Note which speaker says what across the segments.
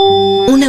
Speaker 1: Una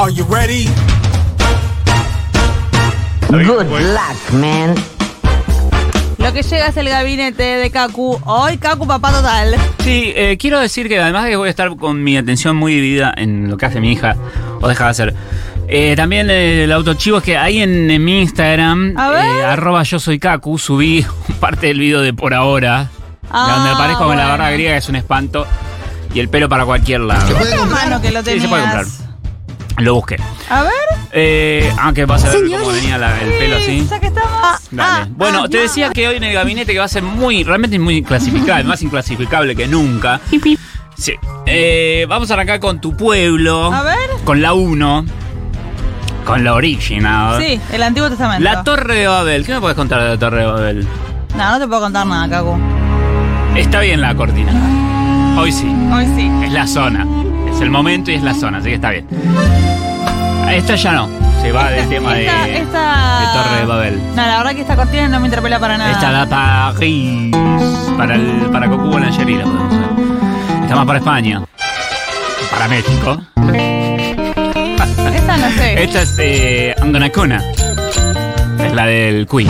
Speaker 2: Are you ready?
Speaker 1: Good luck, man.
Speaker 3: Lo que llega es el gabinete de Kaku. Hoy Kaku papá total.
Speaker 4: Sí, eh, quiero decir que además de que voy a estar con mi atención muy dividida en lo que hace mi hija o deja de hacer. eh, también eh, el autochivo es que ahí en, en mi Instagram,
Speaker 3: A ver.
Speaker 4: eh, arroba yo soy Kaku, subí parte del video de por ahora,
Speaker 3: Ah,
Speaker 4: donde aparezco con la
Speaker 3: bueno.
Speaker 4: barra griega, que es un espanto, y el pelo para cualquier lado.
Speaker 3: Otra mano que lo
Speaker 4: Sí,
Speaker 3: tenías.
Speaker 4: se puede Lo busqué.
Speaker 3: A ver.
Speaker 4: Eh, ah, que vas a ver cómo venía la- el pelo así.
Speaker 3: Ya que estamos.
Speaker 4: Dale.
Speaker 3: Ah,
Speaker 4: bueno,
Speaker 3: ah,
Speaker 4: te
Speaker 3: no.
Speaker 4: decía que hoy en el gabinete que va a ser muy, realmente muy clasificable, más inclasificable que nunca. Sí. Eh, vamos a arrancar con tu pueblo.
Speaker 3: A ver.
Speaker 4: Con la 1. Con la original.
Speaker 3: ah. Sí, el Antiguo Testamento.
Speaker 4: La Torre de Babel. ¿Qué me puedes contar de la Torre de Babel?
Speaker 3: no, no te puedo contar nada, Kaku.
Speaker 4: Está bien la cortina. Hoy sí.
Speaker 3: Hoy sí.
Speaker 4: Es la zona. Es el momento y es la zona, así que está bien. Esta ya no. Se va Ah, del tema
Speaker 3: esta,
Speaker 4: de,
Speaker 3: esta-
Speaker 4: de Torre de Babel.
Speaker 3: No, la verdad que esta cortina no me interpela para nada.
Speaker 4: Esta da París. Para, el, para Cocu Bolangerí la podemos usar. Esta más para España. Para México.
Speaker 3: Esta no sé.
Speaker 4: Esta es eh, Angonacona. Es la del Queen.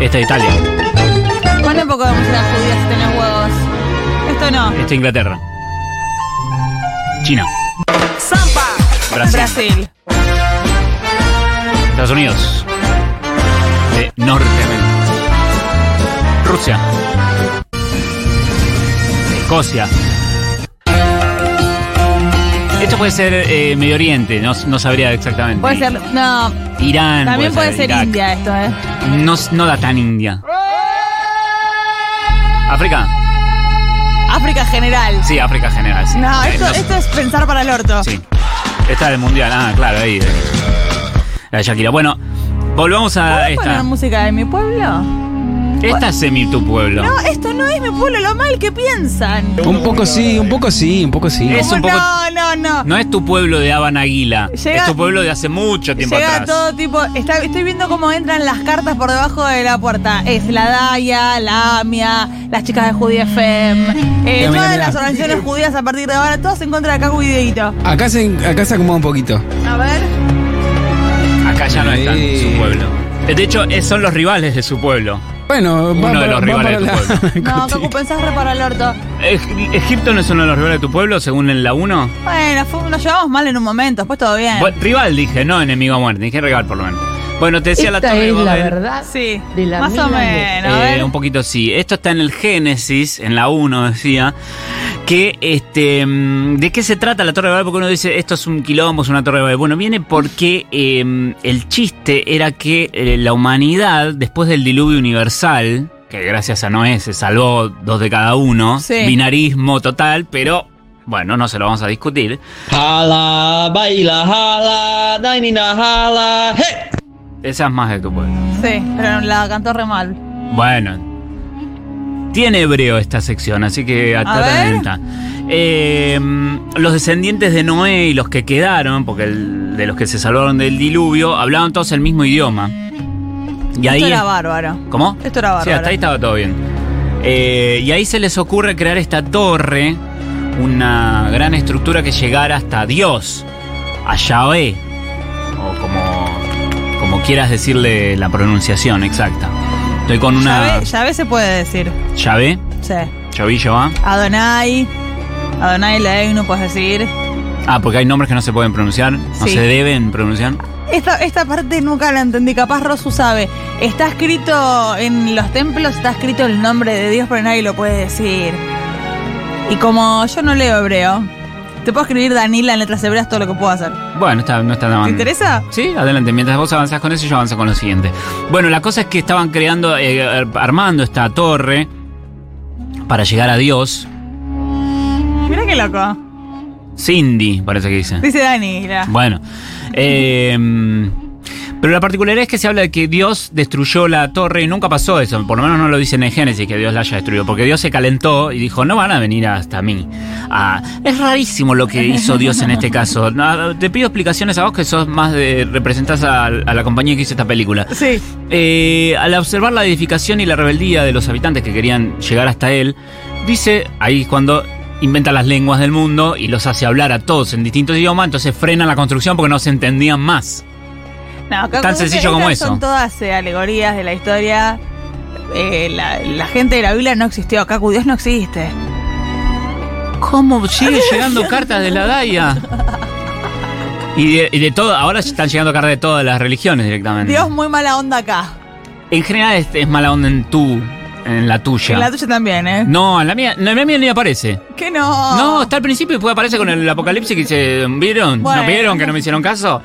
Speaker 4: Esta es Italia.
Speaker 3: Pon un poco de música judía si tenés huevos. Esto no.
Speaker 4: Esta es Inglaterra. China. Brasil.
Speaker 3: Brasil.
Speaker 4: Estados Unidos. De Norteamérica. Rusia. Escocia. Esto puede ser eh, Medio Oriente, no, no sabría exactamente.
Speaker 3: Puede ser. No.
Speaker 4: Irán.
Speaker 3: También puede ser
Speaker 4: Irak.
Speaker 3: India esto, eh.
Speaker 4: No, no da tan India. África.
Speaker 3: África general.
Speaker 4: Sí, África general. sí.
Speaker 3: No,
Speaker 4: Eh,
Speaker 3: esto,
Speaker 4: sé.
Speaker 3: esto es pensar para el orto.
Speaker 4: Sí. Esta del mundial. Ah, claro, ahí. ahí. La de Shakira. Bueno, volvamos a
Speaker 3: ¿Puedo poner
Speaker 4: esta.
Speaker 3: música de mi pueblo?
Speaker 4: Esta es semi tu pueblo.
Speaker 3: No, esto no es mi pueblo, lo mal que piensan.
Speaker 5: Un poco sí, un poco sí, un poco sí.
Speaker 4: Es un poco-
Speaker 3: No, no, no.
Speaker 4: No es tu pueblo de Habana Aguila.
Speaker 3: Llega-
Speaker 4: es tu pueblo de hace mucho tiempo
Speaker 3: Llega
Speaker 4: atrás.
Speaker 3: todo tipo. está- estoy viendo cómo entran las cartas por debajo de la puerta. Es la DAIA, la AMIA, las chicas de Judía FM. eh,
Speaker 5: Mira, mira,
Speaker 3: todas
Speaker 5: mira.
Speaker 3: las organizaciones judías a partir de ahora, todos en contra de Cacu y Dieguito.
Speaker 5: Acá se, acá se acomoda un poquito.
Speaker 3: A ver.
Speaker 4: Acá ya no está
Speaker 5: Sí.
Speaker 4: su pueblo. De hecho, es- son los rivales de su pueblo.
Speaker 5: Bueno,
Speaker 4: Uno
Speaker 5: va
Speaker 4: de
Speaker 5: para-
Speaker 4: los
Speaker 5: va
Speaker 4: rivales
Speaker 5: para
Speaker 4: de tu
Speaker 5: la-
Speaker 3: No,
Speaker 5: cortina.
Speaker 3: Cacu, pensás re para el orto.
Speaker 4: Eg- ¿Egipto no es uno de los rivales de tu pueblo, según en la 1?
Speaker 3: Bueno, fue- nos llevamos mal en un momento, después todo bien.
Speaker 4: Bu- rival dije, no enemigo a muerte, dije rival por lo menos. Bueno, te decía la
Speaker 6: Esta
Speaker 4: torre de
Speaker 6: es la
Speaker 4: Babel.
Speaker 6: verdad.
Speaker 3: Sí,
Speaker 6: De la
Speaker 3: más o
Speaker 6: mina de-
Speaker 3: menos. a
Speaker 4: Eh,
Speaker 3: ver.
Speaker 4: un poquito sí. Esto está en el Génesis, en la 1 decía, que este mm, ¿de qué se trata la Torre de Babel? Porque uno dice, esto es un quilombo, es una Torre de Babel. Bueno, viene porque eh, el chiste era que eh, la humanidad, después del diluvio universal, que gracias a Noé se salvó dos de cada uno,
Speaker 3: Sí.
Speaker 4: binarismo total, pero bueno, no se lo vamos a discutir.
Speaker 7: Jala, baila, jala, dainina, jala, hey!
Speaker 4: Esa es más de tu pueblo.
Speaker 3: Sí, pero la cantó re mal.
Speaker 4: Bueno. Tiene hebreo esta sección, así que
Speaker 3: ver.
Speaker 4: atenta. Eh, los descendientes de Noé y los que quedaron, porque el- de los que se salvaron del diluvio, hablaban todos el mismo idioma. Y ahí.
Speaker 3: Esto era bárbaro.
Speaker 4: ¿Cómo?
Speaker 3: Esto era
Speaker 4: Sí, hasta ahí
Speaker 3: bárbaro.
Speaker 4: estaba todo bien. Eh, y ahí se les ocurre crear esta torre, una gran estructura que llegara hasta Dios, a Yahvé, o como, como quieras decirle la pronunciación exacta. Estoy con una
Speaker 3: Yahvé- Yahvé se puede decir.
Speaker 4: Yahvé,
Speaker 3: Sí.
Speaker 4: Yahvé, Jehová. Adonai.
Speaker 3: Adonai Lein, no puedes decir.
Speaker 4: Ah, porque hay nombres que no se pueden pronunciar, no
Speaker 3: Sí.
Speaker 4: se deben pronunciar.
Speaker 3: Esta, esta parte nunca la entendí, capaz Rosu sabe. Está escrito en los templos, está escrito el nombre de Dios, pero nadie lo puede decir. Y como yo no leo hebreo, te puedo escribir Danila en letras hebreas todo lo que puedo hacer.
Speaker 4: Bueno, está, no está tan
Speaker 3: ¿Te interesa?
Speaker 4: Sí, adelante. Mientras vos avanzás con eso, yo avanzo con lo siguiente. Bueno, la cosa es que estaban creando, eh, ar- armando esta torre para llegar a Dios.
Speaker 3: Mira qué loco.
Speaker 4: Cindy, parece que dice.
Speaker 3: Dice Dani. mira.
Speaker 4: Bueno. eh, pero la particularidad es que se habla de que Dios destruyó la torre y nunca pasó eso. Por lo menos no lo dicen en Génesis que Dios la haya destruido. Porque Dios se calentó y dijo, no van a venir hasta mí. Ah, es rarísimo lo que hizo Dios en este caso. No, te pido explicaciones a vos que sos más de... representás a, a la compañía que hizo esta película.
Speaker 3: Sí.
Speaker 4: Eh, al observar la edificación y la rebeldía de los habitantes que querían llegar hasta él, dice, ahí es cuando inventa las lenguas del mundo y los hace hablar a todos en distintos idiomas, entonces frena la construcción porque no se entendían más.
Speaker 3: No, acá
Speaker 4: Tan
Speaker 3: como
Speaker 4: sencillo
Speaker 3: estas
Speaker 4: como eso.
Speaker 3: Son todas eh, alegorías de la historia. Eh, la, la gente de la Biblia no existió. Acá Dios no existe.
Speaker 4: ¿Cómo sigue llegando cartas de la Daya? Y de, y de todo, ahora están llegando cartas de todas las religiones directamente.
Speaker 3: Dios muy mala onda acá.
Speaker 4: En general es, es mala onda en tu, en la tuya.
Speaker 3: En la tuya también, ¿eh?
Speaker 4: No, en la mía, en la mía ni aparece.
Speaker 3: Que no.
Speaker 4: No, está al principio y después aparece con el apocalipsis que dice, ¿vieron?
Speaker 3: Bueno.
Speaker 4: ¿No vieron que no me hicieron caso?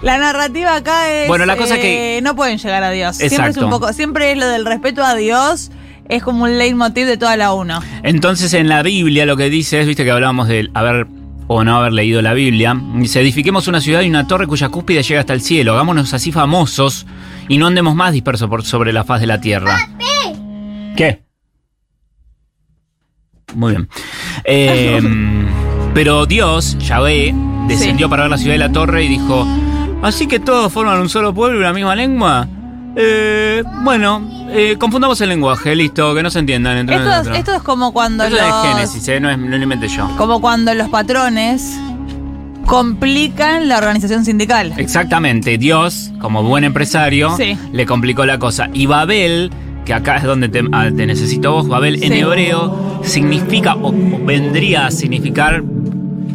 Speaker 3: La narrativa acá es.
Speaker 4: Bueno, la cosa es que-
Speaker 3: eh, No pueden llegar a Dios. Siempre es un
Speaker 4: Exacto.
Speaker 3: poco. Siempre es lo del respeto a Dios. Es como un leitmotiv de toda la uno.
Speaker 4: Entonces en la Biblia lo que dice es, viste que hablábamos del haber o no haber leído la Biblia, dice, edifiquemos una ciudad y una torre cuya cúspide llega hasta el cielo, hagámonos así famosos y no andemos más dispersos por sobre la faz de la tierra. ¿Qué? Muy bien. Eh, pero Dios, Yahvé, descendió para ver la ciudad y la torre y dijo, así que todos forman un solo pueblo y una misma lengua. Eh, bueno, eh, confundamos el lenguaje, listo, que no se entiendan. entre
Speaker 3: Esto, es-
Speaker 4: nosotros".
Speaker 3: esto es como cuando.
Speaker 4: Eso es
Speaker 3: los-
Speaker 4: de Génesis, eh, no, es- no lo inventé yo.
Speaker 3: Como cuando los patrones complican la organización sindical.
Speaker 4: Exactamente, Dios, como buen empresario,
Speaker 3: Sí.
Speaker 4: le complicó la cosa. Y Babel, que acá es donde te, ah, te necesito vos, Babel en
Speaker 3: Sí.
Speaker 4: hebreo significa o, o vendría a significar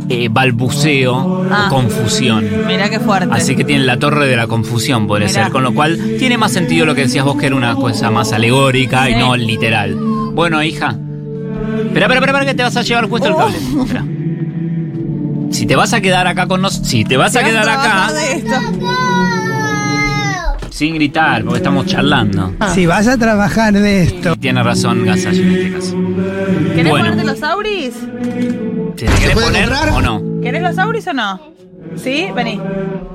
Speaker 4: eh, balbuceo,
Speaker 3: Ah.
Speaker 4: confusión.
Speaker 3: Mirá qué fuerte.
Speaker 4: Así que tiene la torre de la confusión, podría
Speaker 3: Mirá.
Speaker 4: ser, con lo cual tiene más sentido lo que decías vos, que era una cosa más alegórica y
Speaker 3: Sí.
Speaker 4: no literal. Bueno, hija. Espera, espera, espera, que te vas a llevar puesto el
Speaker 3: Oh.
Speaker 4: cable. Espera. Si te vas a quedar acá con nosotros, si te vas a
Speaker 3: Te vas
Speaker 4: quedar acá,
Speaker 3: bajar de esto.
Speaker 4: sin gritar, porque estamos charlando.
Speaker 3: Ah.
Speaker 2: Si vas a trabajar de esto.
Speaker 4: Tiene razón Gasalla en este caso.
Speaker 3: ¿Querés
Speaker 4: Bueno.
Speaker 3: ponerte los auris?
Speaker 4: ¿Te te querés
Speaker 6: puede
Speaker 4: poner
Speaker 6: comprar?
Speaker 4: o no?
Speaker 3: ¿Querés los auris o no? ¿Sí? Vení.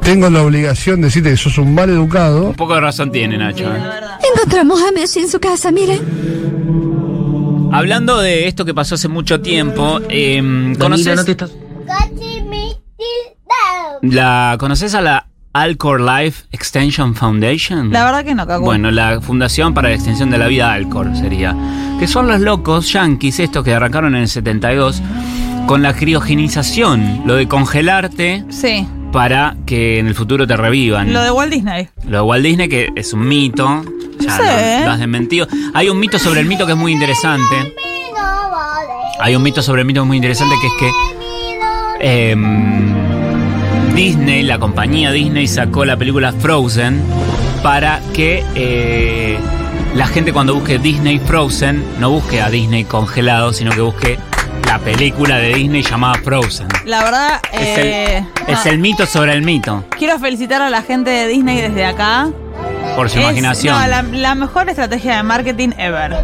Speaker 6: Tengo la obligación de decirte que sos un mal educado.
Speaker 4: Un poco de razón tiene, Nacho. ¿eh?
Speaker 3: La verdad.
Speaker 8: Encontramos a Messi en su casa, miren.
Speaker 4: Hablando de esto que pasó hace mucho tiempo, eh, ¿conoces la conoces a la Alcor Life Extension Foundation?
Speaker 3: La verdad que no, Cacu.
Speaker 4: Bueno, la Fundación para la Extensión de la Vida Alcor sería. Que son los locos yanquis estos que arrancaron en el 72 con la criogenización, lo de congelarte
Speaker 3: Sí.
Speaker 4: para que en el futuro te revivan.
Speaker 3: Lo de Walt Disney.
Speaker 4: Lo de Walt Disney, que es un mito. Ya
Speaker 3: Sí.
Speaker 4: lo- lo has desmentido. Hay un mito sobre el mito que es muy interesante. Hay un mito sobre el mito muy interesante que es que em, Disney, la compañía Disney, sacó la película Frozen para que eh, la gente cuando busque Disney Frozen no busque a Disney congelado, sino que busque la película de Disney llamada Frozen.
Speaker 3: La verdad,
Speaker 4: Es
Speaker 3: eh,
Speaker 4: el, es
Speaker 3: no.
Speaker 4: el mito sobre el mito,
Speaker 3: quiero felicitar a la gente de Disney desde acá.
Speaker 4: por su
Speaker 3: Es-
Speaker 4: imaginación.
Speaker 3: No, la, la mejor estrategia de marketing ever.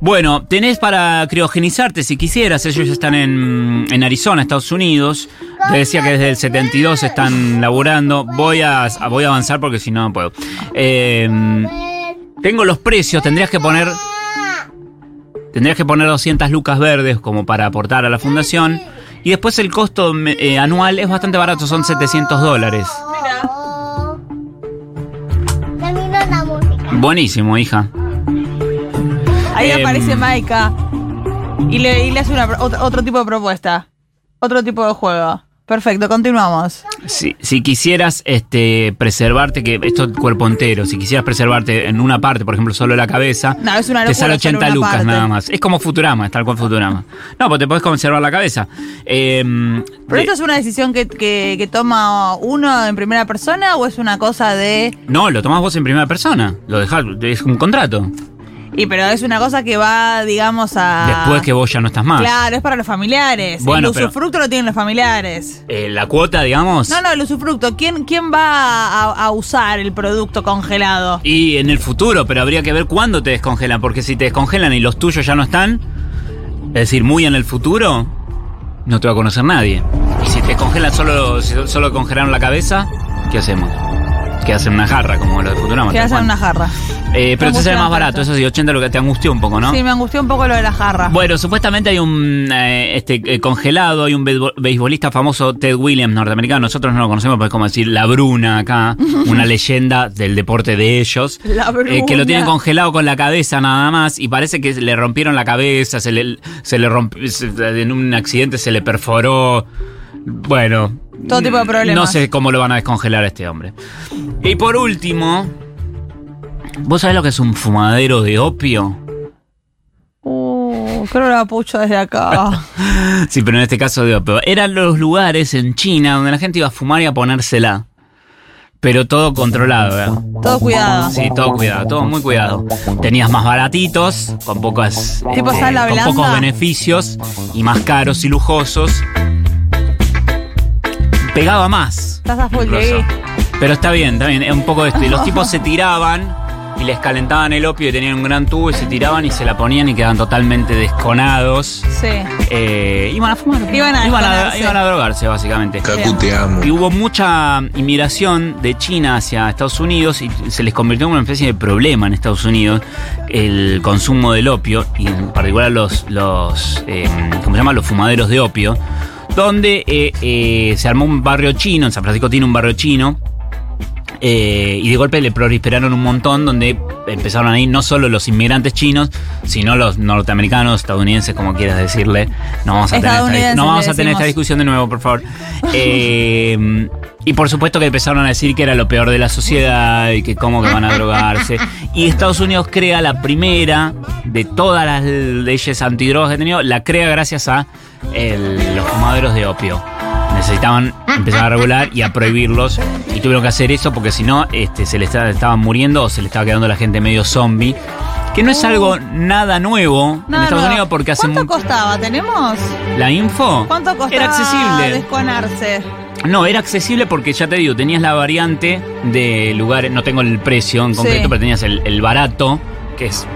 Speaker 4: Bueno, tenés para criogenizarte si quisieras. Ellos están en, en Arizona, Estados Unidos. Te decía que desde el 72 están laburando. Voy a, a- voy a avanzar porque si no, no puedo. Eh, tengo los precios. Tendrías que poner. Tendrías que poner 200 lucas verdes como para aportar a la fundación. Y después el costo me- eh, anual es bastante barato, son 700 dólares.
Speaker 9: Termino la música.
Speaker 4: Buenísimo, hija.
Speaker 3: Ahí
Speaker 4: Em.
Speaker 3: aparece Maika y le, y le hace una pro- otro, otro tipo de propuesta. Otro tipo de juego. Perfecto, continuamos.
Speaker 4: Si, si quisieras este, preservarte, que esto es cuerpo entero, si quisieras preservarte en una parte, por ejemplo, solo la cabeza,
Speaker 3: No, es una
Speaker 4: te sale
Speaker 3: locura solo
Speaker 4: 80
Speaker 3: una
Speaker 4: lucas
Speaker 3: parte.
Speaker 4: nada más. Es como Futurama, es tal cual Futurama. No, pues te podés conservar la cabeza. Eh,
Speaker 3: ¿Pero
Speaker 4: de-
Speaker 3: esto es una decisión que, que- que toma uno en primera persona o es una cosa de...
Speaker 4: No, lo tomás vos en primera persona, lo dejás, es un contrato.
Speaker 3: Y pero es una cosa que va, digamos, a...
Speaker 4: Después que vos ya no estás más.
Speaker 3: Ah. Claro, es para los familiares.
Speaker 4: Bueno,
Speaker 3: el
Speaker 4: pero-
Speaker 3: usufructo lo tienen los familiares.
Speaker 4: Eh, la cuota, digamos.
Speaker 3: No, no, el usufructo. ¿Quién, quién va a, a usar el producto congelado?
Speaker 4: Y en el futuro, pero habría que ver cuándo te descongelan, porque si te descongelan y los tuyos ya no están, es decir, muy en el futuro, no te va a conocer nadie. Y si te congelan solo, si solo congelaron la cabeza, ¿qué hacemos? Que hacen una jarra, como lo de Futurama.
Speaker 3: Que
Speaker 4: tal
Speaker 3: hacen
Speaker 4: cual.
Speaker 3: una jarra.
Speaker 4: Eh, pero
Speaker 3: Me
Speaker 4: te sale
Speaker 3: gusta
Speaker 4: más barato,
Speaker 3: tanto.
Speaker 4: eso sí, 80 lo que te angustió un poco, ¿no?
Speaker 3: Sí, me angustió un poco lo de la jarra.
Speaker 4: Bueno, supuestamente hay un eh, este, eh, congelado, hay un beisbo- beisbolista famoso, Ted Williams, norteamericano. Nosotros no lo conocemos, pero es como decir la Bruna acá, una leyenda del deporte de ellos.
Speaker 3: La
Speaker 4: eh, que lo tienen
Speaker 3: Bruna.
Speaker 4: congelado con la cabeza nada más y parece que le rompieron la cabeza, se le, se le rompió, en un accidente se le perforó. Bueno. mm,
Speaker 3: Todo tipo de problemas.
Speaker 4: No sé cómo lo van a descongelar a este hombre. Y por último, ¿vos sabés lo que es un fumadero de opio?
Speaker 3: Uh, creo que la pucho desde acá.
Speaker 4: Sí, pero en este caso de opio. Eran los lugares en China donde la gente iba a fumar y a ponérsela. Pero todo controlado, ¿verdad?
Speaker 3: Todo cuidado.
Speaker 4: Sí, todo cuidado, todo muy cuidado. Tenías más baratitos, con pocas. eh,
Speaker 3: Tipo sala
Speaker 4: con
Speaker 3: blanda.
Speaker 4: pocos beneficios y más caros y lujosos. Pegaba más.
Speaker 3: Estás a full,
Speaker 4: incluso.
Speaker 3: Diego.
Speaker 4: Pero está bien, está bien. Es un poco de esto. Y los tipos se tiraban y les calentaban el opio y tenían un gran tubo y se tiraban y se la ponían y quedaban totalmente desconados.
Speaker 3: Sí.
Speaker 4: Eh, iban a fumar.
Speaker 3: Iban a
Speaker 4: iban
Speaker 3: desconarse.
Speaker 4: iban a drogarse, básicamente.
Speaker 3: Cacu,
Speaker 10: te amo.
Speaker 4: Y hubo mucha inmigración de China hacia Estados Unidos y se les convirtió en una especie de problema en Estados Unidos el consumo del opio y en particular los, los eh, ¿cómo se llama? Los fumaderos de opio, donde eh, eh, se armó un barrio chino, en San Francisco tiene un barrio chino. eh, y de golpe le proliferaron un montón donde empezaron ahí no solo los inmigrantes chinos, sino los norteamericanos, estadounidenses, como quieras decirle. No vamos a tener esta-
Speaker 3: Estadounidenses,
Speaker 4: no vamos
Speaker 3: le
Speaker 4: a tener esta
Speaker 3: decimos.
Speaker 4: discusión de nuevo, por favor. Eh, y por supuesto que empezaron a decir que era lo peor de la sociedad y que cómo que van a drogarse. Y Estados Unidos crea la primera de todas las leyes antidrogas que ha tenido, la crea gracias a el- los fumaderos de opio. Necesitaban empezar a regular y a prohibirlos y tuvieron que hacer eso porque si no este, se le está- estaban muriendo o se le estaba quedando la gente medio zombie. Que no es algo nada nuevo en
Speaker 3: No,
Speaker 4: Estados
Speaker 3: no.
Speaker 4: Unidos porque hace
Speaker 3: ¿Cuánto
Speaker 4: mu-
Speaker 3: costaba? ¿Tenemos?
Speaker 4: la info
Speaker 3: ¿Cuánto costaba
Speaker 4: era accesible.
Speaker 3: desconarse?
Speaker 4: No, era accesible porque ya te digo, tenías la variante de lugares, no tengo el precio en concreto,
Speaker 3: Sí.
Speaker 4: pero tenías el, el barato, que es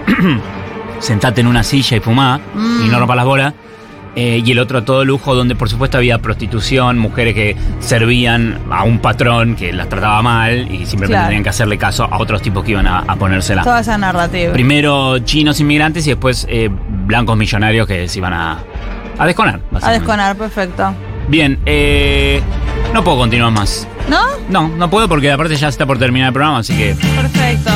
Speaker 4: sentate en una silla y fumá
Speaker 3: Mm.
Speaker 4: y no rompas las bolas. eh, y el otro a todo lujo, donde por supuesto había prostitución, mujeres que servían a un patrón que las trataba mal y simplemente
Speaker 3: Claro.
Speaker 4: tenían que hacerle caso a otros tipos que iban a, a ponérsela.
Speaker 3: Toda esa narrativa.
Speaker 4: Primero chinos inmigrantes y después eh, blancos millonarios que se iban a, a desconar.
Speaker 3: A
Speaker 4: básicamente.
Speaker 3: desconar, perfecto.
Speaker 4: Bien, eh, no puedo continuar más.
Speaker 3: ¿No?
Speaker 4: No, no puedo porque aparte ya está por terminar el programa, así que...
Speaker 3: Perfecto.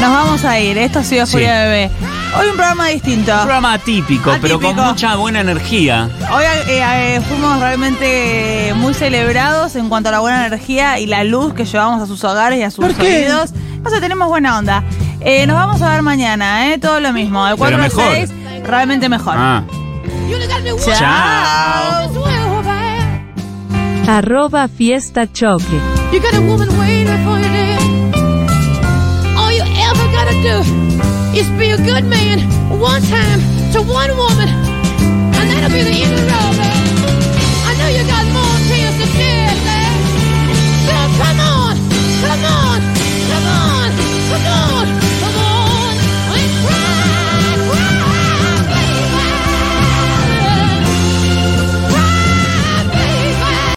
Speaker 3: Nos vamos a ir. Esto ha sido
Speaker 4: Sí.
Speaker 3: Furia Bebé. Hoy un programa distinto.
Speaker 4: Un programa atípico, pero con
Speaker 3: Ah. Atípico.
Speaker 4: mucha buena energía.
Speaker 3: Hoy eh, eh, fuimos realmente muy celebrados en cuanto a la buena energía y la luz que llevamos a sus hogares y a sus oídos. No sé, tenemos buena onda. Eh, nos vamos a ver mañana, ¿eh? Todo lo mismo. De 4 a
Speaker 4: mejor.
Speaker 3: 6, realmente mejor.
Speaker 4: Ah, chao.
Speaker 11: Arroba Fiesta Choque.
Speaker 9: You got a woman waiting for you there. All you ever gotta do is be a good man one time to one woman, and that'll be the end of it all, man. I know you got more tears to shed.